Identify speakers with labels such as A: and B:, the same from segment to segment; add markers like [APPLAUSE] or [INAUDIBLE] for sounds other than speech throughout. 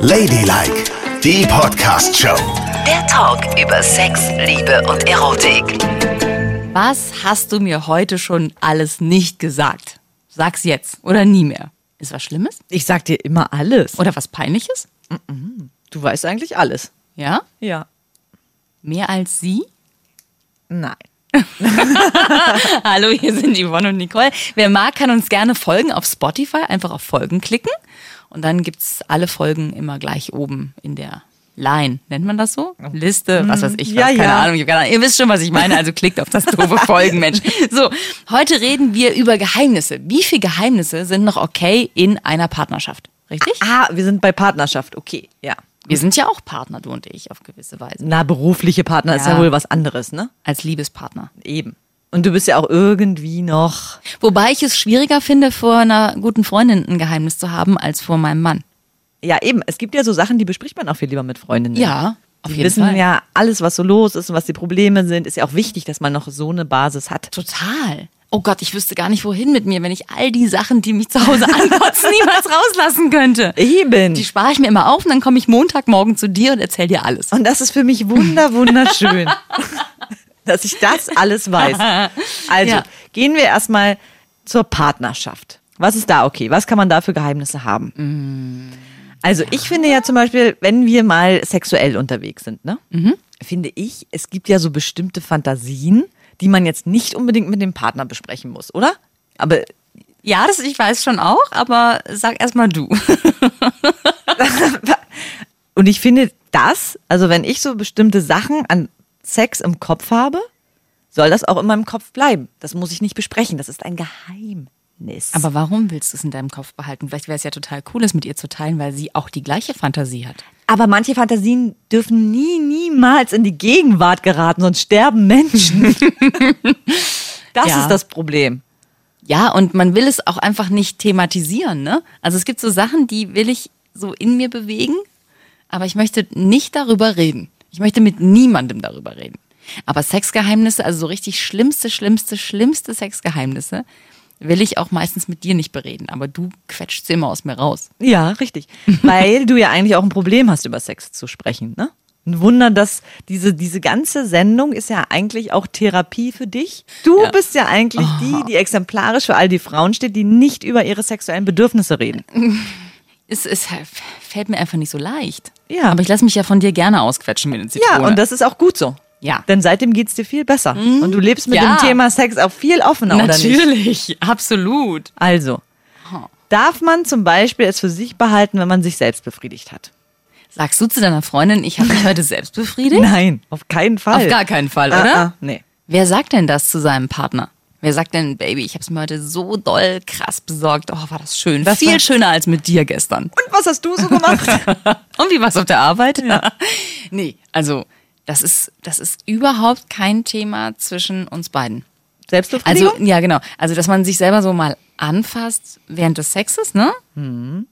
A: Ladylike, die Podcast-Show.
B: Der Talk über Sex, Liebe und Erotik.
C: Was hast du mir heute schon alles nicht gesagt? Sag's jetzt oder nie mehr. Ist was Schlimmes?
D: Ich sag dir immer alles.
C: Oder was Peinliches?
D: Du weißt eigentlich alles.
C: Ja?
D: Ja.
C: Mehr als sie? [LAUGHS]
D: Nein.
C: Hallo, hier sind Yvonne und Nicole. Wer mag, kann uns gerne folgen auf Spotify. Einfach auf Folgen klicken. Und dann gibt's alle Folgen immer gleich oben in der Line. Nennt man das so? Liste, was weiß ich.
D: Oh. Ja,
C: was, keine
D: ja.
C: Ahnung, ich hab keine Ahnung. Ihr wisst schon, was ich meine. Also klickt auf das
D: [LAUGHS]
C: doofe Folgen, Mensch. So, heute reden wir über Geheimnisse. Wie viele Geheimnisse sind noch okay in einer Partnerschaft? Richtig?
D: Ah, wir sind bei Partnerschaft. Okay, ja.
C: Wir sind ja auch Partner, du und ich, auf gewisse Weise.
D: Na, berufliche Partner ist ja
C: Ja.
D: wohl was anderes, ne?
C: Als Liebespartner.
D: Eben. Und du bist ja auch irgendwie noch.
C: Wobei ich es schwieriger finde, vor einer guten Freundin ein Geheimnis zu haben, als vor meinem Mann.
D: Ja, eben. Es gibt ja so Sachen, die bespricht man auch viel lieber mit Freundinnen.
C: Ja, auf
D: Die
C: jeden
D: wissen
C: Fall.
D: ja alles, was so los ist und was die Probleme sind. Ist ja auch wichtig, dass man noch so eine Basis hat.
C: Total. Oh Gott, ich wüsste gar nicht, wohin mit mir, wenn ich all die Sachen, die mich zu Hause [LAUGHS] ankotzen, niemals rauslassen könnte.
D: Eben.
C: Die spare ich mir immer auf und dann komme ich Montagmorgen zu dir und erzähl dir alles.
D: Und das ist für mich wunder, wunderschön, dass ich das alles weiß. Also,
C: Ja.
D: gehen wir erstmal zur Partnerschaft. Was ist da okay? Was kann man da für Geheimnisse haben? Also, ich finde ja zum Beispiel, wenn wir mal sexuell unterwegs sind, ne? Finde ich, es gibt ja so bestimmte Fantasien, die man jetzt nicht unbedingt mit dem Partner besprechen muss, oder? Aber
C: Ja, das ich weiß schon auch, aber sag erst mal du. [LAUGHS]
D: Und ich finde das, also wenn ich so bestimmte Sachen an Sex im Kopf habe, soll das auch immer im Kopf bleiben. Das muss ich nicht besprechen. Das ist ein Geheimnis.
C: Aber warum willst du es in deinem Kopf behalten? Vielleicht wäre es ja total cool, es mit ihr zu teilen, weil sie auch die gleiche Fantasie hat.
D: aber manche Fantasien dürfen nie, niemals in die Gegenwart geraten, sonst
C: [LAUGHS]
D: sterben Menschen. das
C: Ja.
D: ist das Problem.
C: Ja, und man will es auch einfach nicht thematisieren, ne? Also es gibt so Sachen, die will ich so in mir bewegen, aber ich möchte nicht darüber reden. Ich möchte mit niemandem darüber reden. Aber Sexgeheimnisse, also so richtig schlimmste, schlimmste, schlimmste Sexgeheimnisse, will ich auch meistens mit dir nicht bereden. Aber du quetschst sie immer aus mir raus.
D: Ja, [LAUGHS] richtig. Weil du ja eigentlich auch ein Problem hast, über Sex zu sprechen, ne? Ein Wunder, dass diese, diese ganze Sendung ist ja eigentlich auch Therapie für dich. Du bist ja Oh. eigentlich die, die exemplarisch für all die Frauen steht, die nicht über ihre sexuellen Bedürfnisse reden.
C: Es, es fällt mir einfach nicht so leicht.
D: Ja.
C: Aber ich lasse mich ja von dir gerne ausquetschen mit den
D: Ja,
C: Zitronen.
D: und das ist auch gut so.
C: Ja.
D: Denn seitdem geht's dir viel besser. Und du lebst mit
C: Ja.
D: dem Thema Sex auch viel offener, oder nicht?
C: Natürlich, [LAUGHS] absolut.
D: Also, darf man zum Beispiel es für sich behalten, wenn man sich selbst befriedigt hat?
C: Sagst du zu deiner Freundin, ich
D: [LAUGHS]
C: habe mich heute selbst befriedigt?
D: Nein, auf keinen Fall.
C: Auf gar keinen Fall,
D: Ah,
C: oder?
D: ah, nee.
C: Wer sagt denn das zu seinem Partner? Wer sagt denn, Baby, ich hab's mir heute so doll krass besorgt. Oh, war das schön.
D: Das
C: Viel
D: war-
C: schöner als mit dir gestern.
D: Und was hast du so [LAUGHS] gemacht?
C: Und wie war's auf der Arbeit? [LAUGHS] nee, also das ist, das ist überhaupt kein Thema zwischen uns beiden.
D: Selbstbefriedigung?
C: Also, ja, genau. Also, dass man sich selber so mal anfasst während des Sexes, ne?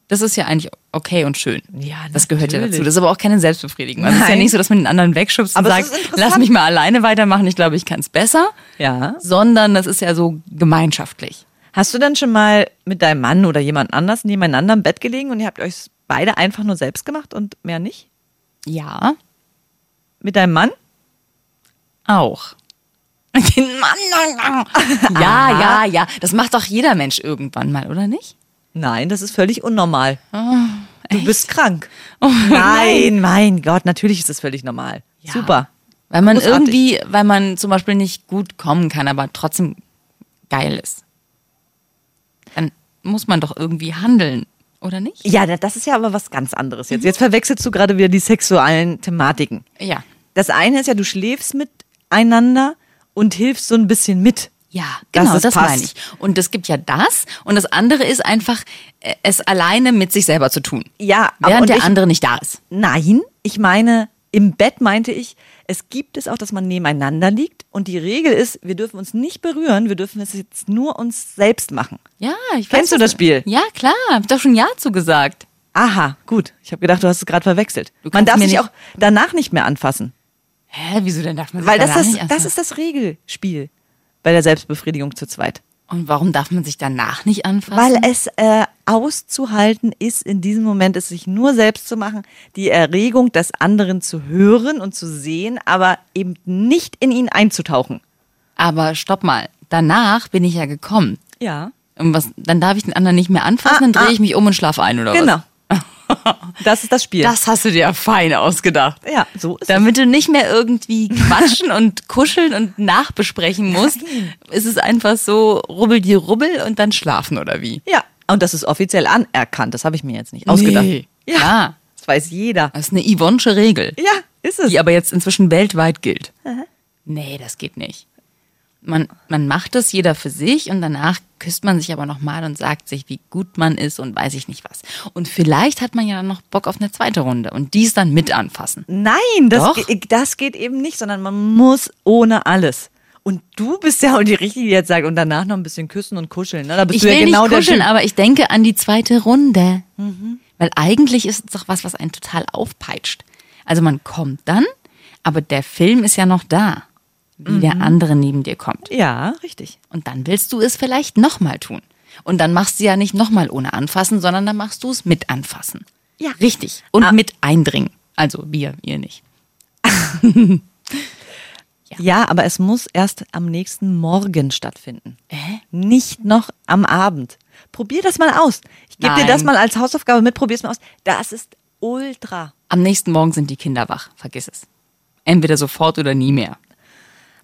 C: Das ist ja eigentlich okay und schön.
D: Mhm. Ja,
C: das gehört ja
D: natürlich.
C: dazu. Das ist aber auch keine Selbstbefriedigung. Also, es ist ja
D: Nein.
C: nicht so, dass man den anderen wegschubst und
D: Aber es
C: sagt,
D: ist interessant.
C: lass mich mal alleine weitermachen, ich glaube, ich kann es besser.
D: Ja.
C: Sondern das ist ja so gemeinschaftlich.
D: Hast du dann schon mal mit deinem Mann oder jemand anders nebeneinander im Bett gelegen und ihr habt euch beide einfach nur selbst gemacht und mehr nicht?
C: Ja,
D: Mit deinem Mann?
C: auch.
D: [LAUGHS]
C: Mann, ja, ja, ja. Das macht doch jeder Mensch irgendwann mal, oder nicht?
D: Nein, das ist völlig unnormal. du bist krank.
C: Oh, nein.
D: nein, mein Gott, natürlich ist das völlig normal.
C: Ja.
D: Super.
C: Weil man
D: Großartig.
C: irgendwie, weil man zum Beispiel nicht gut kommen kann, aber trotzdem geil ist. Dann muss man doch irgendwie handeln, oder nicht?
D: Ja, da- das ist ja aber was ganz anderes jetzt. Jetzt verwechselst du gerade wieder die sexuellen Thematiken.
C: Ja.
D: Das eine ist ja, du schläfst miteinander und hilfst so ein bisschen mit.
C: Ja,
D: Dass
C: genau,
D: es
C: das
D: passt.
C: meine ich. Und es gibt ja das und das andere ist einfach, äh, es alleine mit sich selber zu tun.
D: Ja, aber-
C: Während
D: und
C: der
D: ich-
C: andere nicht da ist.
D: Nein, ich meine, im Bett meinte ich, es gibt es auch, dass man nebeneinander liegt. Und die Regel ist, wir dürfen uns nicht berühren, wir dürfen es jetzt nur uns selbst machen.
C: Ja, ich weiß.
D: Kennst du
C: was-
D: das Spiel?
C: Ja, klar, hab doch schon Ja zugesagt.
D: Aha, gut. Ich habe gedacht, du hast es gerade verwechselt.
C: Du
D: Man
C: kannst
D: darf
C: mir
D: sich
C: nicht-
D: auch danach nicht mehr anfassen.
C: Hä, wieso denn darf man sich
D: Weil das,
C: danach
D: das,
C: nicht
D: das ist das Regelspiel bei der Selbstbefriedigung zu zweit.
C: Und warum darf man sich danach nicht anfassen?
D: Weil es äh, auszuhalten ist, in diesem Moment es sich nur selbst zu machen, die Erregung des anderen zu hören und zu sehen, aber eben nicht in ihn einzutauchen.
C: Aber stopp mal, danach bin ich ja gekommen.
D: Ja.
C: Und was, dann darf ich den anderen nicht mehr anfassen,
D: Ah,
C: dann drehe
D: ah.
C: ich mich um und schlafe ein, oder
D: Genau.
C: was? [LAUGHS]
D: Das ist das Spiel.
C: Das hast du dir ja fein ausgedacht.
D: Ja, so ist
C: Damit du nicht mehr irgendwie quatschen
D: [LAUGHS]
C: und kuscheln und nachbesprechen musst, ist es einfach so rubbel die rubbel und dann schlafen oder wie?
D: Ja. Und das ist offiziell anerkannt. Das habe ich mir jetzt nicht ausgedacht.
C: Nee. Ah.
D: Ja.
C: Klar.
D: Das weiß jeder.
C: Das ist eine Yvonne'sche Regel,
D: Ja, ist es.
C: die aber jetzt inzwischen weltweit gilt. Nee, das geht nicht. Man, man macht es jeder für sich und danach küsst man sich aber nochmal und sagt sich, wie gut man ist und weiß ich nicht was. Und vielleicht hat man ja noch Bock auf eine zweite Runde und dies dann mit anfassen.
D: Nein, das,
C: Doch.
D: ge- das geht eben nicht, sondern man muss ohne alles. Und du bist ja auch die Richtige, die jetzt sagt, und danach noch ein bisschen küssen und kuscheln. Ne? Da bist
C: ich
D: du
C: will
D: ja genau
C: nicht kuscheln,
D: der Typ. Mhm.
C: aber ich denke an die zweite Runde. Weil eigentlich ist es doch was, was einen total aufpeitscht. Also man kommt dann, aber der Film ist ja noch da, wie
D: Mhm.
C: der andere neben dir kommt.
D: Ja, richtig.
C: Und dann willst du es vielleicht nochmal tun. Und dann machst du ja nicht nochmal ohne anfassen, sondern dann machst du es mit anfassen.
D: Ja.
C: Richtig. Und
D: Ah.
C: mit eindringen. Also wir, ihr nicht.
D: Ja. aber es muss erst am nächsten Morgen stattfinden.
C: Äh?
D: Nicht noch am Abend. Probier das mal aus. Ich gebe dir
C: Nein.
D: das mal als Hausaufgabe mit, probier's mal aus. Das ist ultra.
C: Am nächsten Morgen sind die Kinder wach. Vergiss es. Entweder sofort oder nie mehr.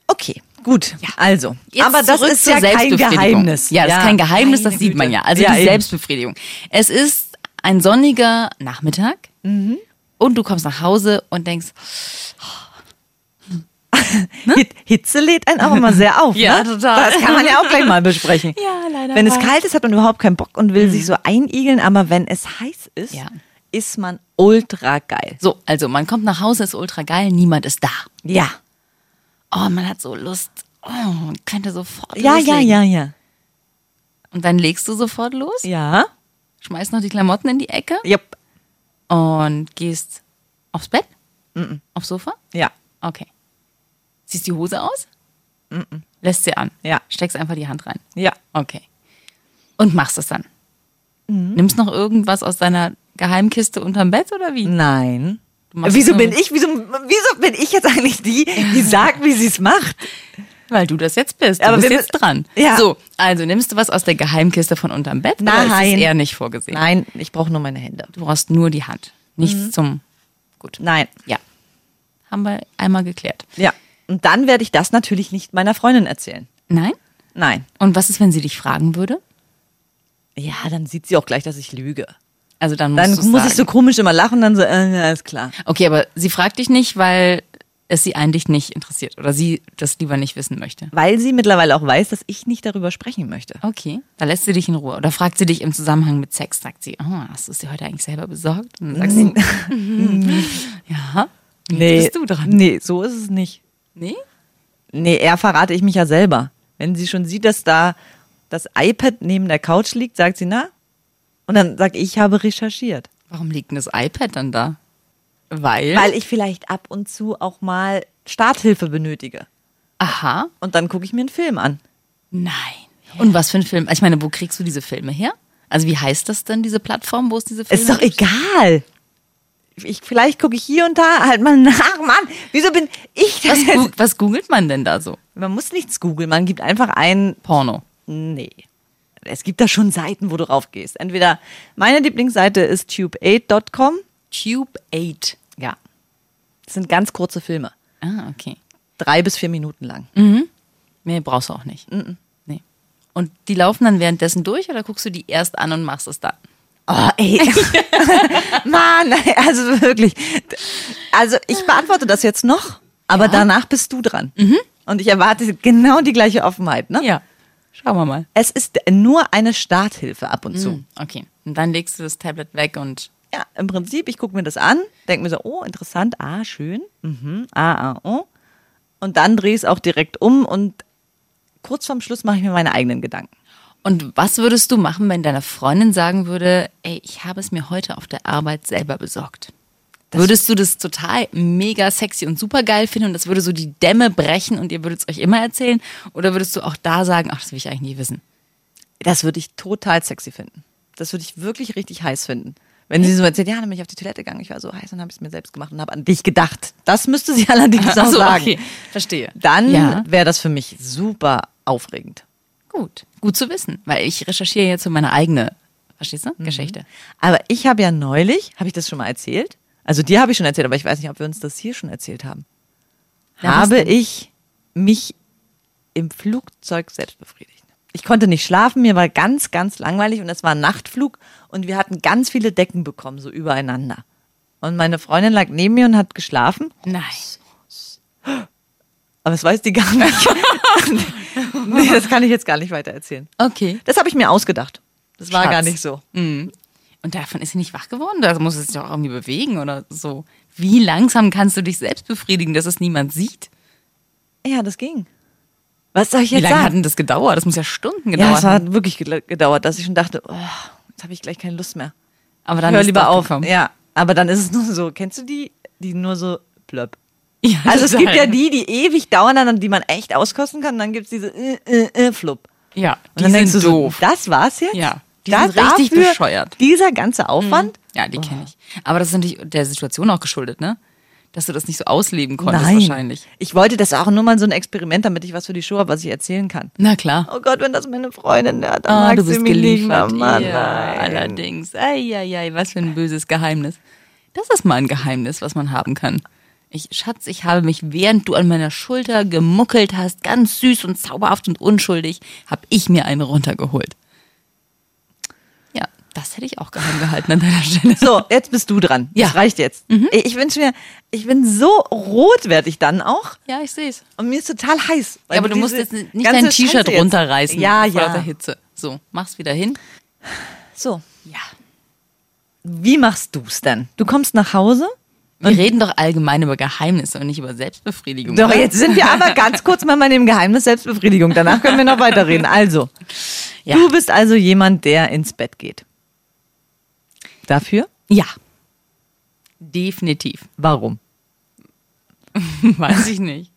D: Okay, gut. Also,
C: Jetzt
D: aber das
C: zurück
D: ist
C: zur
D: ja kein
C: Selbstbefriedigung.
D: Geheimnis.
C: Ja, das ist kein Geheimnis, das
D: Meine
C: sieht man
D: Güte.
C: ja. Also die
D: eben.
C: Selbstbefriedigung. Es ist ein sonniger Nachmittag und du kommst nach Hause und denkst,
D: Hit- Hitze lädt einen auch immer sehr auf.
C: ne? Ja,
D: ne?
C: total.
D: Das kann man ja auch gleich mal besprechen.
C: [LAUGHS] Ja, leider
D: Wenn es
C: wahr.
D: kalt ist, hat man überhaupt keinen Bock und will sich so einigeln, aber wenn es heiß ist,
C: Ja.
D: ist man ultra geil.
C: so, also man kommt nach Hause, ist ultra geil, niemand ist da.
D: Ja.
C: Oh, man hat so Lust. Oh, man könnte sofort
D: Ja, ja,
C: loslegen.
D: ja, ja.
C: Und dann legst du sofort los,
D: Ja.
C: schmeißt noch die Klamotten in die Ecke
D: Jupp.
C: und gehst aufs Bett, aufs Sofa.
D: Ja.
C: Okay. Ziehst die Hose aus? Lässt sie an.
D: Ja.
C: Steckst einfach die Hand rein.
D: Ja.
C: Okay. Und machst es dann.
D: Mhm.
C: Nimmst noch irgendwas aus deiner Geheimkiste unterm Bett oder
D: Mhm.
C: wie?
D: Nein.
C: Du machst
D: Wieso
C: es
D: bin
C: nur-
D: ich, wieso, wieso bin ich jetzt eigentlich die, die
C: [LAUGHS]
D: sagt, wie sie es macht?
C: Weil du das jetzt bist. Du
D: Aber
C: bist
D: wir-
C: jetzt dran.
D: Ja.
C: So, also nimmst du was aus der Geheimkiste von unterm Bett? Oder ist
D: Nein.
C: das eher nicht vorgesehen?
D: Nein, Mhm. ich brauche nur meine Hände.
C: Du brauchst nur die Hand. Nichts zum.
D: Gut. Nein.
C: Ja. Haben wir einmal geklärt.
D: Ja. Und dann werde ich das natürlich nicht meiner Freundin erzählen.
C: Nein?
D: Nein.
C: Und was ist, wenn sie dich fragen würde?
D: Ja, dann sieht sie auch gleich, dass ich lüge.
C: Also dann musst
D: Dann
C: du's
D: muss
C: sagen.
D: ich so komisch immer lachen, dann so, äh, ja, ist klar.
C: Okay, aber sie fragt dich nicht, weil es sie eigentlich nicht interessiert oder sie das lieber nicht wissen möchte.
D: Weil sie mittlerweile auch weiß, dass ich nicht darüber sprechen möchte.
C: Okay, da lässt sie dich in Ruhe. Oder fragt sie dich im Zusammenhang mit Sex, sagt sie, oh, hast du es dir heute eigentlich selber besorgt? Und dann sagst du, [LAUGHS] ja, jetzt bist du dran.
D: Nee, so ist es nicht.
C: Nee?
D: Nee, eher verrate ich mich ja selber. Wenn sie schon sieht, dass da das iPad neben der Couch liegt, sagt sie, na? Und dann sag ich, ich habe recherchiert.
C: Warum liegt denn das iPad dann da? Weil,
D: Weil ich vielleicht ab und zu auch mal Starthilfe benötige.
C: aha,
D: Und dann gucke ich mir einen Film an.
C: nein. Und was für ein Film? Ich meine, wo kriegst du diese Filme her? Also wie heißt das denn, diese Plattform, wo es diese Filme
D: Ist doch
C: gibt?
D: egal. Ich, vielleicht gucke ich hier und da halt mal nach. Mann, wieso bin
C: [LAUGHS]
D: ich das
C: Was,
D: jetzt?
C: gu- was googelt man denn da so?
D: Man muss nichts googeln, man gibt einfach ein.
C: Porno.
D: Nee. Es gibt da schon Seiten, wo du raufgehst. Entweder meine Lieblingsseite ist tube8.com.
C: Tube 8.
D: Ja. Das sind ganz kurze Filme.
C: Ah, okay.
D: Drei bis vier Minuten lang.
C: Mhm. Mehr brauchst du auch nicht. Nee. Und die laufen dann währenddessen durch oder guckst du die erst an und machst es dann?
D: Oh,
C: [LAUGHS]
D: ey. Mann, ey, also wirklich. Also ich beantworte das jetzt noch, aber danach bist du dran. Und ich erwarte genau die gleiche Offenheit. Ne?
C: Mhm. Ja. Schauen wir mal.
D: Es ist nur eine Starthilfe ab und zu.
C: So, okay. Und dann legst du das Tablet weg und
D: Ja, im Prinzip, ich gucke mir das an, denke mir so, oh, interessant, ah, schön, mhm, ah, ah, oh. Und dann drehe ich es auch direkt um und kurz vorm Schluss mache ich mir meine eigenen Gedanken.
C: und was würdest du machen, wenn deine Freundin sagen würde, ey, ich habe es mir heute auf der Arbeit selber besorgt? würdest du das total mega sexy und super geil finden und das würde so die Dämme brechen und ihr würdet es euch immer erzählen? Oder würdest du auch da sagen, ach, das will ich eigentlich nie wissen?
D: Das würde ich total sexy finden. Das würde ich wirklich richtig heiß finden. Wenn sie so erzählt, ja, dann bin ich auf die Toilette gegangen, ich war so heiß und habe es mir selbst gemacht und habe an dich gedacht. Das müsste
C: [LAUGHS]
D: sie [LAUGHS] allerdings auch
C: Also,
D: sagen.
C: okay, verstehe.
D: Dann
C: Ja.
D: wäre das für mich super aufregend.
C: Gut. Gut zu wissen, weil ich recherchiere jetzt so meine eigene, verstehst du, Geschichte.
D: Mhm. Aber ich habe ja neulich, habe ich das schon mal erzählt? Also dir habe ich schon erzählt, aber ich weiß nicht, ob wir uns das hier schon erzählt haben.
C: Ja, was
D: habe
C: denn?
D: ich mich im Flugzeug selbst befriedigt. Ich konnte nicht schlafen, mir war ganz, ganz langweilig und es war ein Nachtflug und wir hatten ganz viele Decken bekommen, so übereinander. Und meine Freundin lag neben mir und hat geschlafen,
C: Nein.
D: aber das weiß die gar
C: [LAUGHS]
D: nicht. nee, das kann ich jetzt gar nicht weiter erzählen.
C: Okay.
D: Das habe ich mir ausgedacht. Das war
C: Schatz.
D: gar nicht so.
C: Und davon ist sie nicht wach geworden. Da muss es sich doch irgendwie bewegen oder so. Wie langsam kannst du dich selbst befriedigen, dass es niemand sieht?
D: Ja, das ging. Was soll ich
C: Wie
D: jetzt
C: lange
D: sagen?
C: hat denn das gedauert? Das muss ja Stunden gedauert
D: Ja, es
C: haben.
D: hat wirklich gel- gedauert, dass ich schon dachte, oh, jetzt habe ich gleich keine Lust mehr.
C: Aber dann
D: Hör
C: ist
D: lieber
C: doch
D: auf.
C: gekommen.
D: Ja, aber dann ist es nur so, kennst du die, die nur so
C: [LAUGHS]
D: plöpp?
C: Ja,
D: Also es gibt
C: total.
D: ja die, die ewig dauern, dann, die man echt auskosten kann, und dann gibt's diese äh, äh, äh, Flupp.
C: Ja,
D: Und
C: die sind
D: dann denkst du so,
C: doof.
D: das war's jetzt?
C: Ja, die sind richtig bescheuert. Mhm.
D: Dieser ganze Aufwand?
C: Ja, die kenne ich. Aber das ist natürlich der Situation auch geschuldet, ne? Dass du das nicht so ausleben konntest
D: Nein.
C: wahrscheinlich.
D: Ich wollte das auch nur mal so ein Experiment, damit ich was für die Show habe, was ich erzählen kann.
C: Na klar.
D: Oh Gott, wenn das meine Freundin hört, dann
C: Ah,
D: mag
C: du
D: sie
C: bist
D: mich nicht mehr.
C: geliefert.
D: Mann,
C: ja,
D: nein.
C: allerdings. Eieiei, was für ein böses Geheimnis. Das ist mal ein Geheimnis, was man haben kann. Ich, Schatz, ich habe mich, während du an meiner Schulter gemuckelt hast, ganz süß und zauberhaft und unschuldig, habe ich mir eine runtergeholt. Ja, das hätte ich auch geheim gehalten an deiner Stelle.
D: So, jetzt bist du dran.
C: Ja. Mhm.
D: Das reicht jetzt. Ich, ich wünsche mir, ich bin so rot werde ich dann auch
C: Ja, ich sehe es.
D: und mir ist total heiß. weil
C: Ja, aber du
D: diese
C: musst jetzt nicht
D: ganze
C: dein T-Shirt
D: Scheiße jetzt-
C: runterreißen
D: Ja,
C: vor lauter
D: ja.
C: Hitze. So, mach's wieder hin.
D: So,
C: Ja.
D: wie machst du's denn? Du kommst nach Hause?
C: Wir reden doch allgemein über Geheimnisse und nicht über Selbstbefriedigung.
D: Doch,
C: oder?
D: jetzt sind
C: [LAUGHS]
D: wir aber ganz kurz mal bei dem Geheimnis Selbstbefriedigung. Danach können wir noch weiterreden. Also,
C: Ja.
D: du bist also jemand, der ins Bett geht. Dafür?
C: Ja.
D: [LAUGHS]
C: Definitiv.
D: Warum?
C: Weiß ich nicht.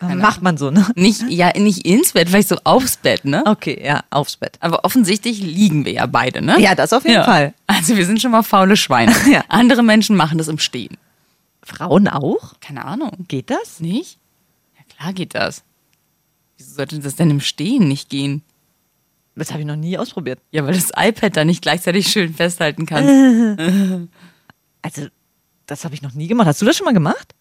D: Macht man so, ne?
C: Nicht, ja, nicht ins Bett, vielleicht so aufs Bett, ne?
D: Okay, ja, aufs Bett.
C: Aber offensichtlich liegen wir ja beide, ne?
D: Ja, das auf jeden Fall.
C: Also wir sind schon mal faule Schweine.
D: [LAUGHS] Ja.
C: Andere Menschen machen das im Stehen.
D: Frauen auch?
C: Keine Ahnung.
D: Geht das?
C: Nicht? Ja, klar geht das. Wieso sollte das denn im Stehen nicht gehen?
D: Das habe ich noch nie ausprobiert.
C: Ja, weil das iPad da nicht gleichzeitig schön festhalten
D: Äh.
C: kann.
D: Also, das habe ich noch nie gemacht. Hast du das schon mal gemacht?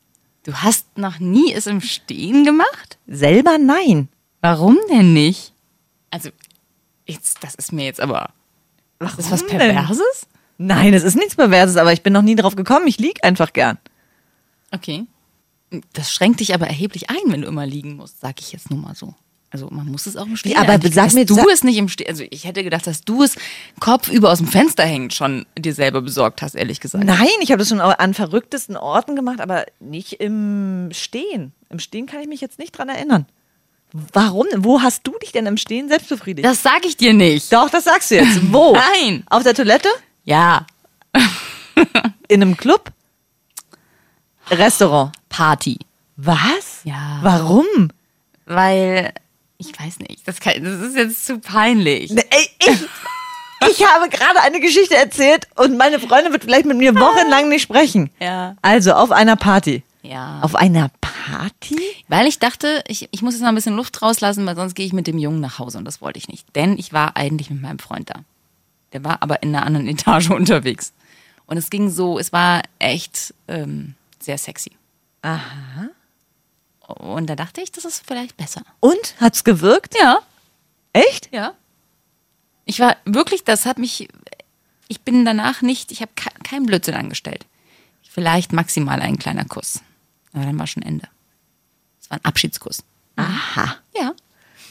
C: Du hast noch nie es im Stehen gemacht?
D: Selber nein.
C: Warum denn nicht? Also, jetzt, das ist mir jetzt aber.
D: Warum
C: Ist das was
D: denn?
C: Perverses?
D: Nein, es ist nichts Perverses, aber ich bin noch nie drauf gekommen. Ich lieg einfach gern.
C: Okay. Das schränkt dich aber erheblich ein, wenn du immer liegen musst, sag ich jetzt nur mal so. Also man muss es auch im Stehen.
D: aber
C: eigentlich-
D: sag
C: dass
D: mir-
C: du
D: sag-
C: es nicht im Stehen. Also ich hätte gedacht, dass du es kopfüber aus dem Fenster hängend schon dir selber besorgt hast, ehrlich gesagt.
D: Nein, ich habe das schon an verrücktesten Orten gemacht, aber nicht im Stehen. Im Stehen kann ich mich jetzt nicht dran erinnern. Warum? Wo hast du dich denn im Stehen selbst befriedigt?
C: Das sag ich dir nicht.
D: Doch, das sagst du jetzt. [LAUGHS] Wo?
C: Nein.
D: Auf der Toilette?
C: Ja,
D: In einem Club? Restaurant?
C: Party.
D: Was?
C: Ja.
D: Warum?
C: Weil ich weiß nicht, das, kann, das ist jetzt zu peinlich.
D: Ne, Ey, ich, ich habe gerade eine Geschichte erzählt und meine Freundin wird vielleicht mit mir wochenlang nicht sprechen.
C: Ah. Ja.
D: Also auf einer Party.
C: Ja.
D: Auf einer Party?
C: Weil ich dachte, ich, ich muss jetzt mal ein bisschen Luft rauslassen, weil sonst gehe ich mit dem Jungen nach Hause und das wollte ich nicht. Denn ich war eigentlich mit meinem Freund da. Der war aber in einer anderen [LAUGHS] Etage unterwegs. Und es ging so, es war echt ähm, sehr sexy. Aha. Und da dachte ich, das ist vielleicht besser.
D: Und? Hat's gewirkt?
C: Ja,
D: Echt?
C: ja. Ich war wirklich, das hat mich, ich bin danach nicht, ich habe ke keinen Blödsinn angestellt. Vielleicht maximal ein kleiner Kuss. Aber dann war schon Ende. Es war ein Abschiedskuss.
D: Aha.
C: Ja.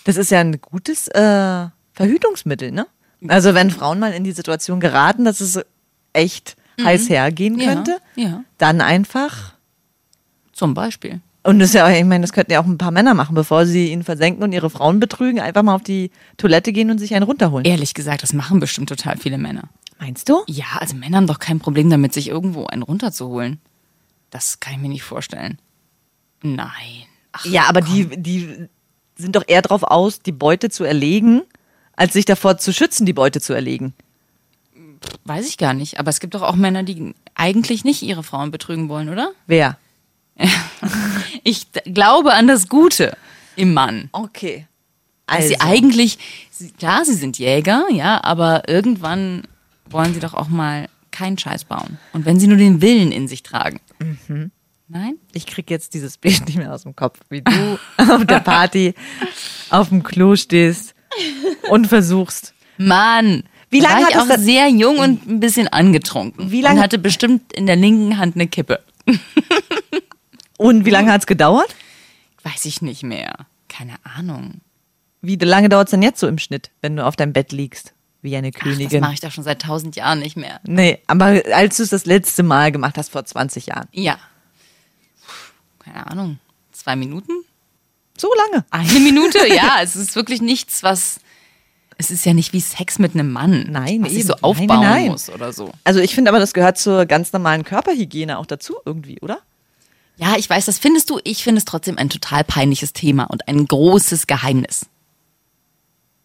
D: Das ist ja ein gutes äh, Verhütungsmittel, ne? Also wenn Frauen mal in die Situation geraten, dass es echt heiß hergehen
C: Mhm. Ja,
D: könnte,
C: ja.
D: dann einfach.
C: Zum Beispiel.
D: Und das ist ja, auch- ich meine, das könnten ja auch ein paar Männer machen, bevor sie ihn versenken und ihre Frauen betrügen, einfach mal auf die Toilette gehen und sich einen runterholen.
C: Ehrlich gesagt, das machen bestimmt total viele Männer.
D: Meinst du?
C: Ja, also Männer haben doch kein Problem damit, sich irgendwo einen runterzuholen. Das kann ich mir nicht vorstellen. Nein. Ach,
D: Ja, aber die, die sind doch eher drauf aus, die Beute zu erlegen, als sich davor zu schützen, die Beute zu erlegen.
C: Weiß ich gar nicht. Aber es gibt doch auch Männer, die eigentlich nicht ihre Frauen betrügen wollen, oder?
D: Wer?
C: Ich d- glaube an das Gute im Mann.
D: Okay.
C: Dass
D: Also,
C: sie eigentlich, sie, klar, sie sind Jäger, ja, aber irgendwann wollen sie doch auch mal keinen Scheiß bauen. Und wenn sie nur den Willen in sich tragen. Nein?
D: ich krieg jetzt dieses Bild nicht mehr aus dem Kopf, wie du [LAUGHS] auf der Party auf dem Klo stehst und versuchst.
C: Mann!
D: Wie
C: da
D: lange
C: war
D: hat
C: ich
D: es
C: auch
D: dann-
C: sehr jung und ein bisschen angetrunken.
D: Wie lange-
C: Und hatte bestimmt in der linken Hand eine Kippe.
D: Und wie lange hat's gedauert?
C: Weiß ich nicht mehr. Keine Ahnung.
D: Wie lange dauert's denn jetzt so im Schnitt, wenn du auf deinem Bett liegst? Wie eine
C: Ach, das
D: Königin.
C: mache ich doch schon seit tausend Jahren nicht mehr.
D: nee, aber als du es das letzte Mal gemacht hast, vor 20 Jahren.
C: Ja. Keine Ahnung. Zwei Minuten?
D: So lange. [LAUGHS]
C: Eine Minute? Ja, es ist wirklich nichts, was. Es ist ja nicht wie Sex mit einem Mann.
D: Nein,
C: was ich
D: eben.
C: so
D: Nein,
C: aufbauen
D: nein, nein.
C: muss oder so.
D: Also ich finde aber, das gehört zur ganz normalen Körperhygiene auch dazu irgendwie, oder?
C: Ja, ich weiß, das findest du. Ich finde es trotzdem ein total peinliches Thema und ein großes Geheimnis.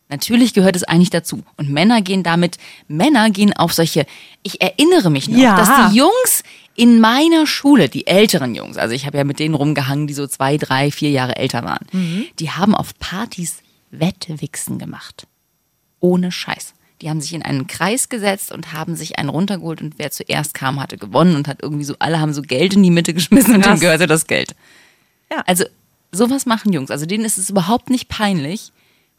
C: Natürlich gehört es eigentlich dazu. Und Männer gehen damit, Männer gehen auf solche, ich erinnere mich noch,
D: Ja.
C: dass die Jungs in meiner Schule, die älteren Jungs, also ich habe ja mit denen rumgehangen, die so zwei, drei, vier Jahre älter waren, die haben auf Partys Wettwichsen gemacht. Ohne Scheiß. Die haben sich in einen Kreis gesetzt und haben sich einen runtergeholt und wer zuerst kam, hatte gewonnen und hat irgendwie so, alle haben so Geld in die Mitte geschmissen und denen
D: Krass.
C: gehörte das Geld.
D: Ja.
C: Also sowas machen Jungs. Also denen ist es überhaupt nicht peinlich,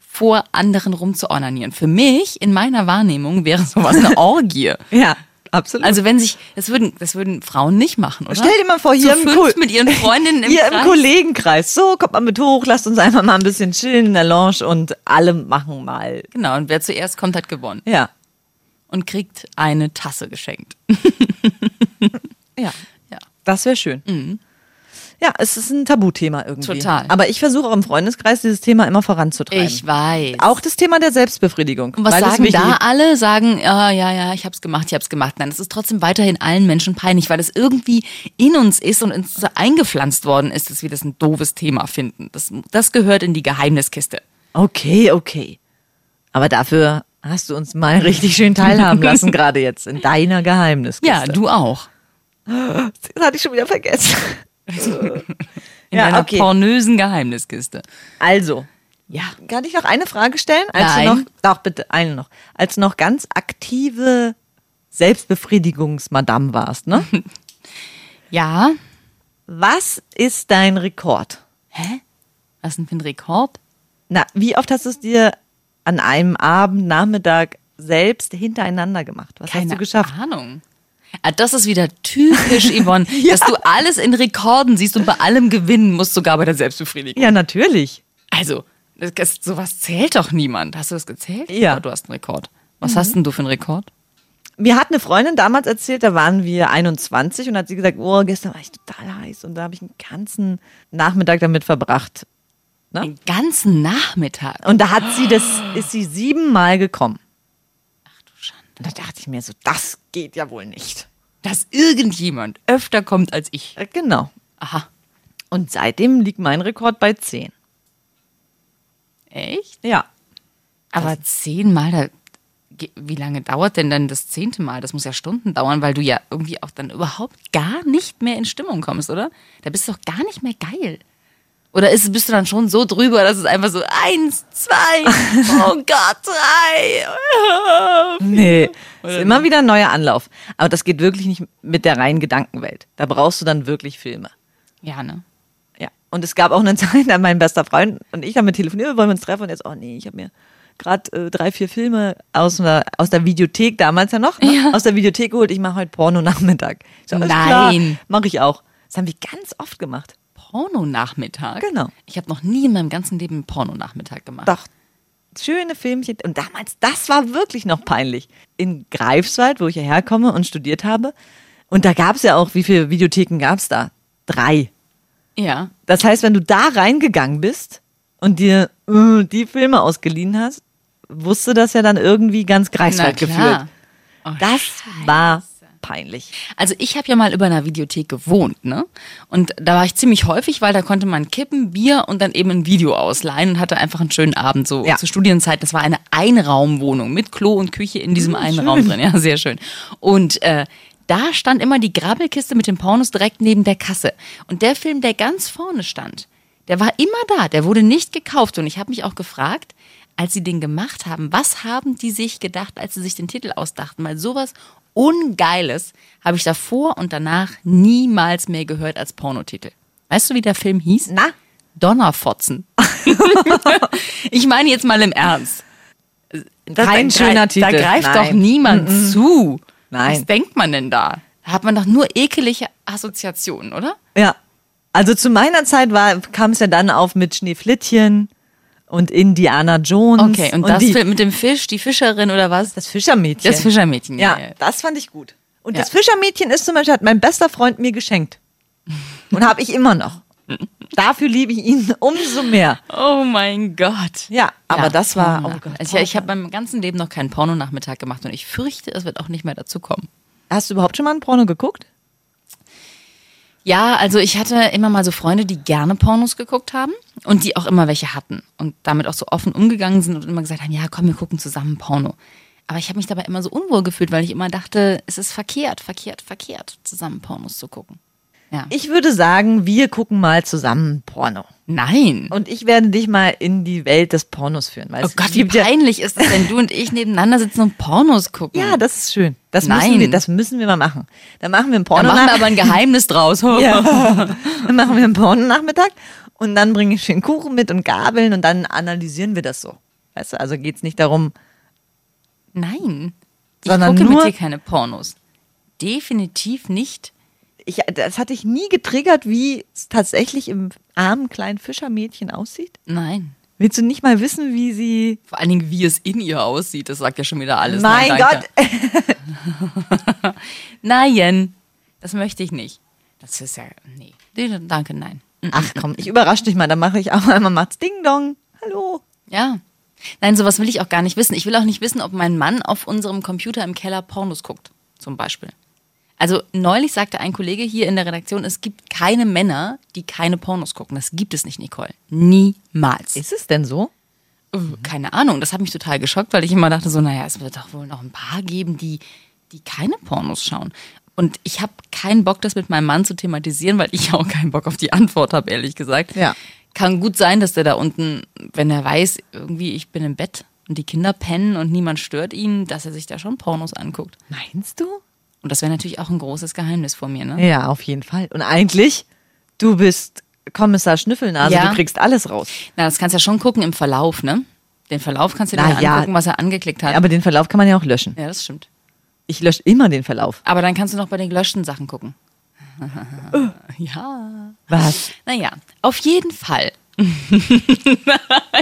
C: vor anderen rumzuornanieren. Für mich, in meiner Wahrnehmung, wäre sowas
D: [LAUGHS]
C: eine Orgie.
D: Ja, absolut.
C: Also wenn sich, das würden, das würden Frauen nicht machen, oder?
D: Stell dir mal vor,
C: Zu
D: hier, im,
C: fünft
D: Ko-
C: mit ihren Freundinnen im
D: [LAUGHS] hier im
C: Kreis.
D: Kollegenkreis. So, kommt mal mit hoch, lasst uns einfach mal ein bisschen chillen in der Lounge und alle machen mal.
C: Genau, und wer zuerst kommt, hat gewonnen.
D: Ja.
C: Und kriegt eine Tasse
D: [LAUGHS]
C: geschenkt.
D: Ja.
C: Ja.
D: Das wäre schön. Ja, es ist ein Tabuthema irgendwie.
C: Mhm. Total.
D: Aber ich versuche auch im Freundeskreis dieses Thema immer voranzutreiben.
C: Ich weiß.
D: auch das Thema der Selbstbefriedigung.
C: Und was
D: weil es
C: sagen
D: wichtig
C: da
D: ist.
C: alle? Sagen, ja, ja, ja, ich hab's gemacht, ich hab's gemacht. Nein, es ist trotzdem weiterhin allen Menschen peinlich, weil es irgendwie in uns ist und uns so eingepflanzt worden ist, dass wir das ein doofes Thema finden. Das, das gehört in die Geheimniskiste.
D: Okay, okay. Aber dafür hast du uns mal richtig schön
C: [LAUGHS]
D: teilhaben lassen, gerade jetzt in deiner Geheimniskiste.
C: Ja, du auch.
D: Das hatte ich schon
C: [LAUGHS]
D: wieder vergessen. Also,
C: In
D: Ja,
C: deiner
D: okay.
C: pornösen Geheimniskiste.
D: Also, ja, kann ich noch eine Frage stellen? Als Du noch,
C: Nein.
D: doch, bitte, eine noch. Als du noch ganz aktive Selbstbefriedigungsmadame
C: [LAUGHS]
D: warst, ne?
C: Ja.
D: Was ist dein Rekord?
C: Hä? Was denn für ein Rekord?
D: Na, wie oft hast du es dir an einem Abend, Nachmittag selbst hintereinander gemacht? Was hast du geschafft?
C: Ahnung. Ah, das ist wieder [LAUGHS] typisch, Yvonne,
D: Ja.
C: dass du alles in Rekorden siehst und bei allem gewinnen musst, sogar bei der Selbstbefriedigung.
D: Ja, natürlich.
C: Also, das- das, sowas zählt doch niemand. Hast du das gezählt?
D: Ja.
C: Oh, du hast einen Rekord. Was hast denn du für einen Rekord?
D: Mir hat eine Freundin damals erzählt, da waren wir 21 und hat sie gesagt, oh, gestern war ich total heiß und da habe ich einen ganzen Nachmittag damit verbracht.
C: Den ganzen Nachmittag.
D: Und da hat sie das, ist sie siebenmal gekommen.
C: Ach du Schande.
D: Und da dachte ich mir so, das geht ja wohl nicht.
C: Dass irgendjemand öfter kommt als ich.
D: Äh, Genau.
C: Aha.
D: Und seitdem liegt mein Rekord bei 10.
C: Echt?
D: Ja.
C: Aber zehnmal, da, ge- wie lange dauert denn dann das zehnte Mal? Das muss ja Stunden dauern, weil du ja irgendwie auch dann überhaupt gar nicht mehr in Stimmung kommst, oder? Da bist du doch gar nicht mehr geil. Oder ist, bist du dann schon so drüber, dass es einfach so eins, zwei, oh Gott, drei.
D: Nee. [LAUGHS] Ist immer wieder ein neuer Anlauf. Aber das geht wirklich nicht mit der reinen Gedankenwelt. Da brauchst du dann wirklich Filme.
C: [LAUGHS] Ja, ne?
D: Ja. Und es gab auch eine [LAUGHS] Zeit, da mein bester Freund und ich haben mit telefoniert, wollen wir uns treffen und jetzt, oh nee, ich habe mir gerade äh, drei, vier Filme aus der, aus der Videothek damals ja noch, ne? aus der Videothek geholt, ich mache heute Porno-Nachmittag. Ich so, alles
C: Nein.
D: Klar, mach ich auch. Das haben wir ganz oft gemacht.
C: Pornonachmittag?
D: Genau.
C: Ich habe noch nie in meinem ganzen Leben einen Pornonachmittag gemacht.
D: Doch. Schöne Filmchen. Und damals, das war wirklich noch peinlich. In Greifswald, wo ich ja herkomme und studiert habe. Und da gab es ja auch, wie viele Videotheken gab es da? Drei.
C: Ja.
D: Das heißt, wenn du da reingegangen bist und dir äh, die Filme ausgeliehen hast, wusste das ja dann irgendwie ganz Greifswald
C: Na klar. Oh,
D: gefühlt. Das war peinlich.
C: Also ich habe ja mal über einer Videothek gewohnt, ne? Und da war ich ziemlich häufig, weil da konnte man kippen, Bier und dann eben ein Video ausleihen und hatte einfach einen schönen Abend so
D: Ja.
C: zur Studienzeit. Das war eine Einraumwohnung mit Klo und Küche in diesem
D: Hm,
C: einen Raum drin. Ja, sehr schön. Und äh, da stand immer die Grabbelkiste mit dem Pornos direkt neben der Kasse. Und der Film, der ganz vorne stand, der war immer da, der wurde nicht gekauft. Und ich habe mich auch gefragt, als sie den gemacht haben, was haben die sich gedacht, als sie sich den Titel ausdachten? Weil sowas Ungeiles habe ich davor und danach niemals mehr gehört als Pornotitel. Weißt du, wie der Film hieß?
D: Na?
C: [LAUGHS] Donnerfotzen. ich meine jetzt mal im Ernst. Das-
D: Kein
C: da,
D: schöner
C: da, Da
D: Titel.
C: greift
D: Nein.
C: doch niemand zu.
D: Nein.
C: Mhm. Was denkt man denn da? Da hat man doch nur ekelige Assoziationen, oder?
D: Ja. Also zu meiner Zeit war kam es ja dann auf mit Schneeflittchen und Indiana Jones.
C: Okay, und, das
D: die,
C: mit dem Fisch, die Fischerin oder was?
D: das Fischermädchen.
C: Das Fischermädchen, ja,
D: Ja,
C: ja.
D: das fand ich gut. Und
C: Ja.
D: das Fischermädchen ist zum Beispiel, hat mein bester Freund mir geschenkt. Und habe ich
C: [LAUGHS]
D: immer noch. Dafür liebe ich ihn umso mehr.
C: Oh mein Gott.
D: Ja, aber das war-
C: Porno.
D: oh Gott,
C: also ich, ich habe meinem ganzen Leben noch keinen Pornonachmittag gemacht und ich fürchte, es wird auch nicht mehr dazu kommen.
D: Hast du überhaupt schon mal ein Porno geguckt?
C: Ja, also ich hatte immer mal so Freunde, die gerne Pornos geguckt haben und die auch immer welche hatten und damit auch so offen umgegangen sind und immer gesagt haben, ja, komm, wir gucken zusammen Porno. Aber ich habe mich dabei immer so unwohl gefühlt, weil ich immer dachte, es ist verkehrt, verkehrt, verkehrt, zusammen Pornos zu gucken. Ja.
D: Ich würde sagen, wir gucken mal zusammen Porno.
C: Nein.
D: Und ich werde dich mal in die Welt des Pornos führen. Weißt
C: Oh
D: du?
C: Gott,
D: Es
C: wie
D: gibt ja-
C: peinlich ist es, wenn du und ich nebeneinander sitzen und Pornos gucken.
D: Ja, das ist schön. Das,
C: Nein.
D: Müssen wir, das müssen wir mal machen. Dann machen wir einen
C: da
D: Porno
C: machen wir aber ein Geheimnis draus.
D: [LAUGHS] Ja. Dann machen wir einen Pornonachmittag und dann bringe ich schön Kuchen mit und Gabeln und dann analysieren wir das so. Weißt du, also geht es nicht darum,
C: Nein. Ich
D: Sondern
C: gucke
D: nur-
C: mit dir keine Pornos. Definitiv nicht.
D: ich, das hatte ich nie getriggert, wie es tatsächlich im armen kleinen Fischermädchen aussieht.
C: Nein.
D: Willst du nicht mal wissen, wie sie.
C: Vor allen Dingen, wie es in ihr aussieht, das sagt ja schon wieder alles.
D: mein
C: Nein,
D: Gott,
C: danke. Nein, das möchte ich nicht. Das ist ja, nee. Nee, Danke, nein.
D: Ach komm, ich überrasche dich mal, dann mache ich auch einmal macht's Ding Dong. Hallo.
C: Ja. Nein, sowas will ich auch gar nicht wissen. Ich will auch nicht wissen, ob mein Mann auf unserem Computer im Keller Pornos guckt, zum Beispiel. Also neulich sagte ein Kollege hier in der Redaktion, es gibt keine Männer, die keine Pornos gucken. Das gibt es nicht, Nicole. Niemals.
D: Ist es denn so?
C: Äh,
D: Mhm.
C: Keine Ahnung, das hat mich total geschockt, weil ich immer dachte so, naja, es wird doch wohl noch ein paar geben, die, die keine Pornos schauen. Und ich habe keinen Bock, das mit meinem Mann zu thematisieren, weil ich [LAUGHS] auch keinen Bock auf die Antwort habe, ehrlich gesagt.
D: Ja.
C: Kann gut sein, dass der da unten, wenn er weiß, irgendwie ich bin im Bett und die Kinder pennen und niemand stört ihn, dass er sich da schon Pornos anguckt.
D: Meinst du?
C: Und das wäre natürlich auch ein großes Geheimnis vor mir, ne?
D: Ja, auf jeden Fall. Und eigentlich, du bist Kommissar Schnüffelnase,
C: Ja.
D: du kriegst alles raus.
C: Na, das kannst du ja schon gucken im Verlauf, ne? Den Verlauf kannst du dir
D: Na
C: ja
D: ja.
C: angucken, was er angeklickt hat.
D: Aber den Verlauf kann man ja auch löschen.
C: ja, das stimmt.
D: Ich lösche immer den Verlauf.
C: Aber dann kannst du noch bei den gelöschten Sachen gucken.
D: Oh.
C: [LAUGHS] ja.
D: Was?
C: Naja, auf jeden Fall. [LAUGHS]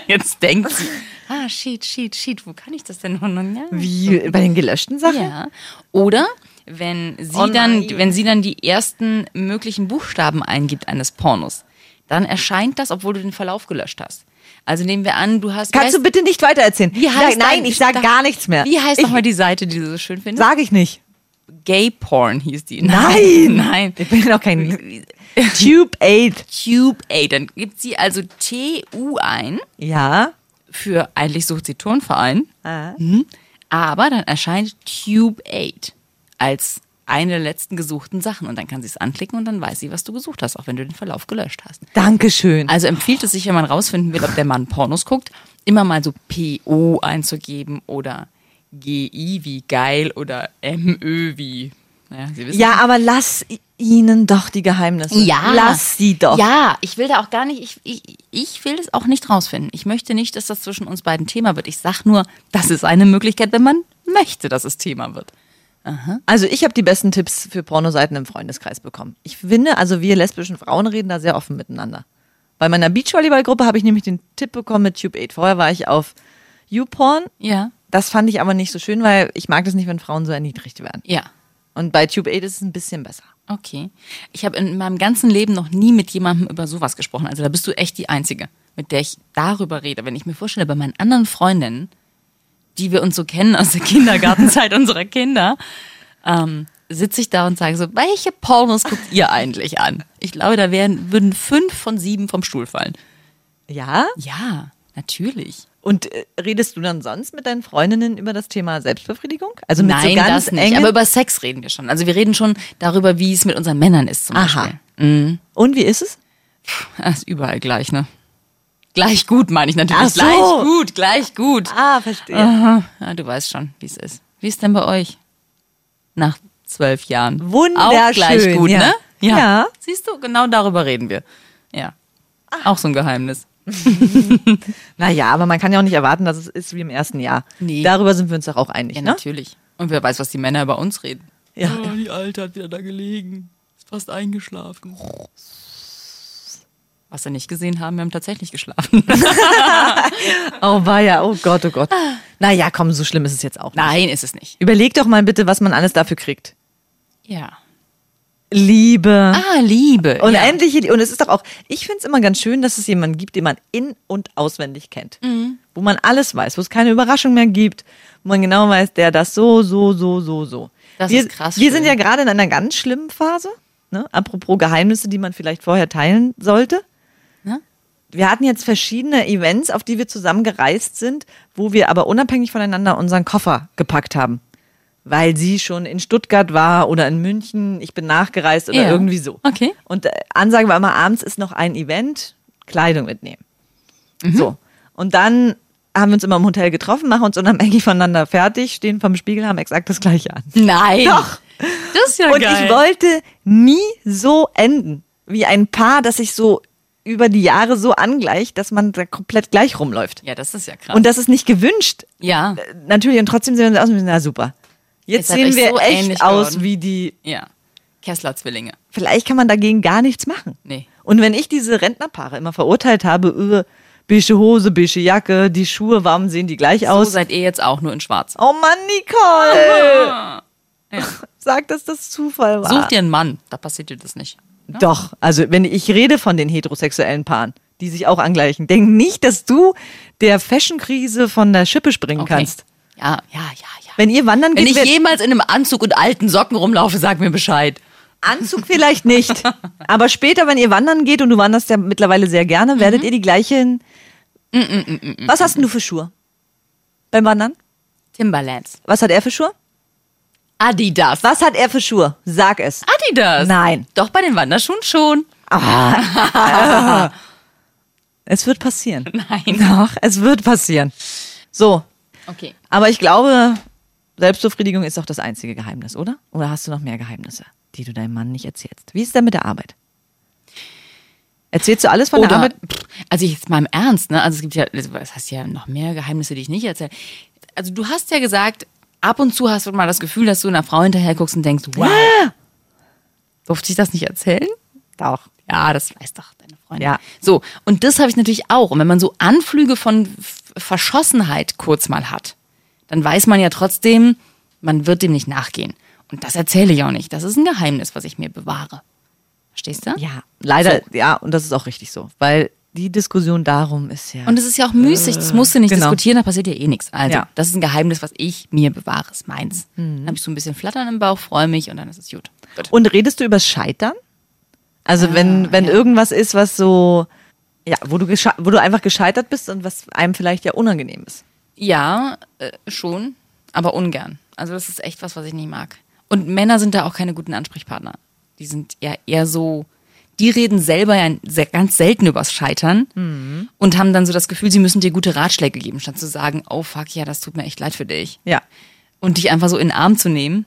C: Jetzt denkt sie. Ah, shit, shit, shit, wo kann ich das denn? Ja.
D: Wie bei den gelöschten Sachen?
C: ja. Oder wenn sie,
D: Oh
C: dann,
D: nein.
C: wenn sie dann die ersten möglichen Buchstaben eingibt eines Pornos, dann erscheint das, obwohl du den Verlauf gelöscht hast. Also nehmen wir an, du hast.
D: Kannst du bitte nicht weitererzählen?
C: wie heißt
D: nein, nein
C: dein-
D: ich sage gar nichts mehr.
C: Wie heißt
D: ich,
C: nochmal die Seite, die du so schön findest?
D: Sage ich nicht.
C: Gay Porn hieß die.
D: [LAUGHS]
C: [LAUGHS]
D: Nein!
C: Nein.
D: Ich bin doch kein Tube 8.
C: Tube A. Dann gibt sie also TU ein
D: Ja.
C: für eigentlich sucht sie Turnverein. Mhm. Aber dann erscheint Tube 8 als eine der letzten gesuchten Sachen. Und dann kann sie es anklicken und dann weiß sie, was du gesucht hast, auch wenn du den Verlauf gelöscht hast.
D: Dankeschön.
C: Also empfiehlt es sich, wenn man rausfinden will, ob der Mann Pornos guckt, immer mal so PO einzugeben oder GI wie geil oder MÖ wie. Ja, sie wissen,
D: ja, aber lass i- ihnen doch die Geheimnisse.
C: Ja.
D: Lass sie doch.
C: Ja, ich will da auch gar nicht, ich, ich, ich will es auch nicht rausfinden. Ich möchte nicht, dass das zwischen uns beiden Thema wird. Ich sag nur, das ist eine Möglichkeit, wenn man möchte, dass es Thema wird.
D: Also ich habe die besten Tipps für Pornoseiten im Freundeskreis bekommen. Ich finde, also wir lesbischen Frauen reden da sehr offen miteinander. Bei meiner Beachvolleyballgruppe habe ich nämlich den Tipp bekommen mit Tube 8. Vorher war ich auf YouPorn.
C: Ja.
D: Das fand ich aber nicht so schön, weil ich mag das nicht, wenn Frauen so erniedrigt werden.
C: Ja.
D: Und bei Tube 8 ist es ein bisschen besser.
C: Okay. Ich habe in meinem ganzen Leben noch nie mit jemandem über sowas gesprochen. Also da bist du echt die Einzige, mit der ich darüber rede. Wenn ich mir vorstelle, bei meinen anderen [LAUGHS] Freundinnen, die wir uns so kennen aus der Kindergartenzeit unserer Kinder, ähm, sitze ich da und sage so, welche Pornos guckt ihr eigentlich an? Ich glaube, da wären, würden fünf von sieben vom Stuhl fallen.
D: Ja?
C: Ja, natürlich.
D: Und äh, redest du dann sonst mit deinen Freundinnen über das Thema Selbstbefriedigung? Also mit so
C: Nein,
D: ganz
C: das nicht.
D: engen
C: Aber über Sex reden wir schon. Also wir reden schon darüber, wie es mit unseren Männern ist zum
D: Aha.
C: Beispiel. Mhm.
D: Und wie ist es?
C: Das [LAUGHS] ist überall gleich, ne? Gleich gut, meine ich natürlich.
D: Ach so.
C: Gleich gut, gleich gut.
D: Ah, verstehe.
C: Aha. Ja, du weißt schon, wie es ist. Wie ist denn bei euch? Nach zwölf Jahren.
D: Wunderschön,
C: Auch gleich gut,
D: ja.
C: ne?
D: Ja.
C: Siehst du, genau darüber reden wir. Ja.
D: Ah.
C: Auch so ein Geheimnis.
D: Naja, aber man kann ja auch nicht erwarten, dass es ist wie im ersten Jahr.
C: Nee.
D: Darüber sind wir uns doch auch einig,
C: Ja,
D: ne?
C: natürlich. Mhm. Und wer weiß, was die Männer über uns reden.
D: Ja.
C: die Alte Oh, hat wieder da gelegen. Ist fast eingeschlafen. Was wir nicht gesehen haben, wir haben tatsächlich geschlafen. [LAUGHS]
D: Oh, war ja, oh Gott, oh Gott. Naja, komm, so schlimm ist es jetzt auch. Nicht.
C: Nein, ist es nicht.
D: Überleg doch mal bitte, was man alles dafür kriegt.
C: Ja.
D: Liebe.
C: Ah, Liebe. ja.
D: Unendliche, Lie- und es ist doch auch, ich finde es immer ganz schön, dass es jemanden gibt, den man in- und auswendig kennt.
C: Mhm.
D: Wo man alles weiß, wo es keine Überraschung mehr gibt, wo man genau weiß, der das so, so, so, so, so.
C: Das
D: wir,
C: ist krass
D: Wir
C: schön.
D: sind ja gerade in einer ganz schlimmen Phase, ne? apropos Geheimnisse, die man vielleicht vorher teilen sollte.
C: Ne?
D: Wir hatten jetzt verschiedene Events, auf die wir zusammen gereist sind, wo wir aber unabhängig voneinander unseren Koffer gepackt haben. Weil sie schon in Stuttgart war oder in München, ich bin nachgereist oder
C: Ja.
D: irgendwie so.
C: Okay.
D: Und äh, Ansage war immer, abends ist noch ein Event, Kleidung mitnehmen.
C: Mhm.
D: So. Und dann haben wir uns immer im Hotel getroffen, machen uns unabhängig voneinander fertig, stehen vom Spiegel, haben exakt das gleiche an.
C: Nein.
D: Doch.
C: Das ist ja
D: Und
C: geil.
D: ich wollte nie so enden, wie ein Paar, das sich so über die Jahre so angleicht, dass man da komplett gleich rumläuft.
C: Ja, das ist ja krass.
D: Und das ist nicht gewünscht.
C: ja.
D: Äh, Natürlich, und trotzdem sehen wir uns aus und wir sind, na super.
C: Jetzt
D: Jetzt,
C: seid
D: sehen
C: euch
D: wir
C: so
D: echt
C: ähnlich
D: aus
C: geworden.
D: wie die
C: Ja. Kessler-Zwillinge.
D: vielleicht kann man dagegen gar nichts machen.
C: Nee.
D: Und wenn ich diese Rentnerpaare immer verurteilt habe, äh, bische Hose, bische Jacke, die Schuhe, warum sehen die gleich
C: So
D: aus?
C: seid ihr jetzt auch nur in schwarz.
D: Oh Mann,
C: [LAUGHS]
D: Nicole! Sag, dass das Zufall war.
C: Sucht ihr einen Mann, da passiert dir das nicht.
D: Doch, also wenn ich rede von den heterosexuellen Paaren, die sich auch angleichen, denk nicht, dass du der Fashion-Krise von der Schippe springen kannst.
C: Ja, ja, ja, ja.
D: Wenn ihr wandern
C: Wenn ich
D: geht, wer-
C: jemals in einem Anzug und alten Socken rumlaufe, sag mir Bescheid.
D: Anzug vielleicht nicht. aber später, wenn ihr wandern geht, und du wanderst ja mittlerweile sehr
C: Mhm.
D: gerne, werdet ihr die gleichen.
C: Mm,
D: Was hast denn du für Schuhe? Beim Wandern?
C: Timberlands.
D: Was hat er für Schuhe?
C: Adidas.
D: Was hat er für Schuhe? Sag es.
C: Adidas?
D: Nein.
C: Doch bei den Wanderschuhen schon.
D: Es wird passieren.
C: [LAUGHS] Nein.
D: Doch, es wird passieren. So,
C: Okay.
D: aber ich glaube, Selbstbefriedigung ist doch das einzige Geheimnis, oder? Oder hast du noch mehr Geheimnisse, die du deinem Mann nicht erzählst? Wie ist denn mit der Arbeit? Erzählst du alles von der
C: Oder,
D: Arbeit?
C: pff, also ich jetzt mal im Ernst, ne? Also es gibt ja, das heißt ja noch mehr Geheimnisse, die ich nicht erzähle. Also du hast ja gesagt, ab und zu hast du mal das Gefühl, dass du einer Frau hinterher guckst und denkst, wow. Durfte ich das nicht erzählen?
D: Doch.
C: Ja, das weiß doch deine Freundin.
D: Ja.
C: So, und das habe ich natürlich auch. Und wenn man so Anflüge von F- Verschossenheit kurz mal hat, dann weiß man ja trotzdem, man wird dem nicht nachgehen. Und das erzähle ich auch nicht. Das ist ein Geheimnis, was ich mir bewahre. Verstehst du?
D: Ja, leider,
C: So.
D: ja, und das ist auch richtig so, weil die Diskussion darum ist ja.
C: Und es ist ja auch müßig, das musst du nicht
D: Genau.
C: diskutieren, da passiert ja eh nichts. Also,
D: Ja. Mhm.
C: das ist ein Geheimnis, was ich mir bewahre, ist meins. Dann habe ich so ein bisschen Flattern im Bauch, freue mich und dann ist es gut. gut.
D: Und redest du über Scheitern? Also
C: Ah,
D: wenn, wenn irgendwas ist, was so, ja, wo du, gesche- wo du einfach gescheitert bist und was einem vielleicht ja unangenehm ist.
C: Ja, äh, schon, aber ungern. Also das ist echt was, was ich nicht mag. Und Männer sind da auch keine guten Ansprechpartner. Die sind ja eher so, die reden selber ja sehr, ganz selten übers Scheitern und haben dann so das Gefühl, sie müssen dir gute Ratschläge geben, statt zu sagen, oh fuck, ja, das tut mir echt leid für dich.
D: Ja.
C: Und dich einfach so in den Arm zu nehmen.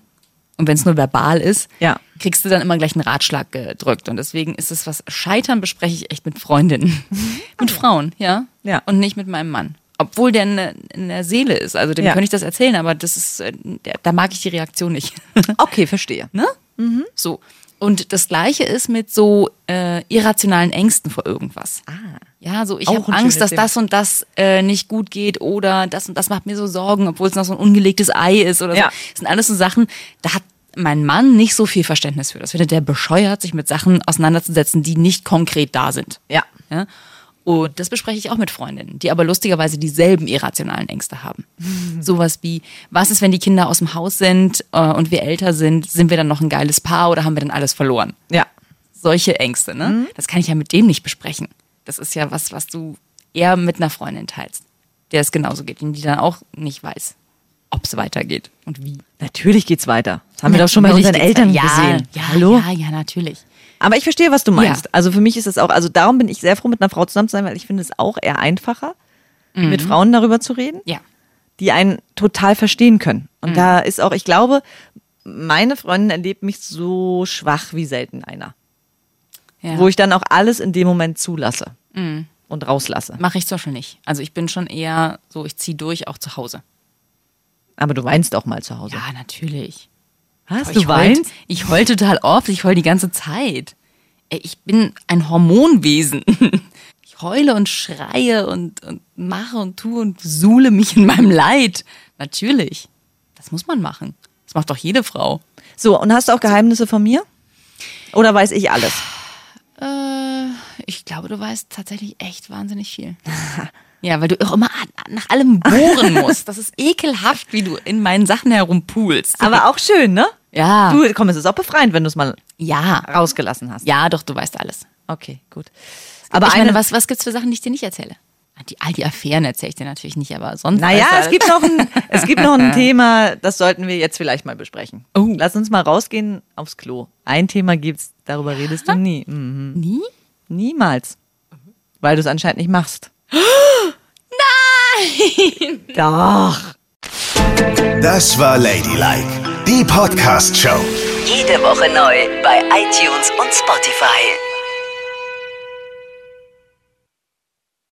C: Und wenn es nur verbal ist,
D: Ja.
C: kriegst du dann immer gleich einen Ratschlag gedrückt. Und deswegen ist es was, Scheitern bespreche ich echt mit Freundinnen.
D: [LAUGHS]
C: mit Frauen, ja.
D: Ja.
C: Und nicht mit meinem Mann. Obwohl der in, der- in der Seele ist. Also dem
D: Ja.
C: könnte ich das erzählen, aber das ist, äh, der, da mag ich die Reaktion nicht. [LAUGHS]
D: Okay, verstehe. Mhm.
C: ne? So. Und das Gleiche ist mit so äh, irrationalen Ängsten vor irgendwas. Ah. Ja, so ich
D: Auch
C: habe
D: ein
C: Angst,
D: schönes
C: dass
D: Thema.
C: das und das äh, nicht gut geht oder das und das macht mir so Sorgen, obwohl es noch so ein ungelegtes Ei ist oder
D: Ja.
C: so. Das sind alles so Sachen, da hat mein Mann nicht so viel Verständnis für. Das findet der bescheuert, sich mit Sachen auseinanderzusetzen, die nicht konkret da sind.
D: Ja.
C: Ja? Und das bespreche ich auch mit Freundinnen, die aber lustigerweise dieselben irrationalen Ängste
D: [LAUGHS]
C: haben. Sowas wie, was ist, wenn die Kinder aus dem Haus sind äh, und wir älter sind, sind wir dann noch ein geiles Paar oder haben wir dann alles verloren?
D: Ja.
C: Solche Ängste, ne?
D: Mhm.
C: Das kann ich ja mit dem nicht besprechen. Das ist ja was, was du eher mit einer Freundin teilst, der es genauso geht und die dann auch nicht weiß, ob es weitergeht und wie.
D: Natürlich geht's weiter. Das haben wir doch schon bei
C: Natürlich
D: unseren
C: geht's
D: Eltern
C: ja,
D: gesehen.
C: Ja,
D: Hallo?
C: ja, ja, natürlich.
D: Aber ich verstehe, was du meinst.
C: Ja.
D: Also für mich ist es auch, also darum bin ich sehr froh, mit einer Frau zusammen zu sein, weil ich finde es auch eher einfacher, mit
C: Mhm.
D: Frauen darüber zu reden,
C: Ja.
D: die einen total verstehen können. Und
C: Mhm.
D: da ist auch, ich glaube, meine Freundin erlebt mich so schwach wie selten einer.
C: ja. Mhm.
D: Wo ich dann auch alles in dem Moment zulasse und rauslasse.
C: Mache ich zum Beispiel nicht. Also ich bin schon eher so, ich ziehe durch auch zu Hause.
D: Aber du weinst auch mal zu Hause.
C: Ja, natürlich.
D: Was?
C: ich heul, ich heul total oft, ich heul die ganze Zeit. Ey, Ich bin ein Hormonwesen. [LAUGHS] Ich heule und schreie und, und mache und tue und suhle mich in meinem Leid. Natürlich. Das muss man machen. Das macht doch jede Frau.
D: So, und hast du auch Geheimnisse von mir? Oder weiß ich alles?
C: Äh, ich glaube, du weißt tatsächlich echt wahnsinnig viel. [LAUGHS] ja, weil du auch immer an- nach allem [LAUGHS] bohren musst. Das ist ekelhaft, wie du in meinen Sachen herumpulst.
D: Aber auch schön, ne?
C: ja,
D: Du, komm, es ist auch befreiend, wenn du es mal
C: ja,
D: rausgelassen hast.
C: ja, doch, du weißt alles.
D: Okay, gut. Aber
C: ich
D: eine,
C: meine, was, was gibt's für Sachen, die ich dir nicht erzähle? Die, all die Affären erzähle ich dir natürlich nicht, aber sonst.
D: naja,
C: weißt du alles.
D: es gibt, noch ein, es gibt noch
C: [LAUGHS]
D: ein Thema, das sollten wir jetzt vielleicht mal besprechen.
C: Oh.
D: Lass uns mal rausgehen aufs Klo. Ein Thema gibt's, darüber redest du nie. Mhm.
C: Nie?
D: Niemals. Weil du es anscheinend
C: [GASPS]
D: nicht machst. Nein! Doch.
A: Das war Ladylike, die Podcast-Show.
B: Jede Woche neu bei iTunes und Spotify.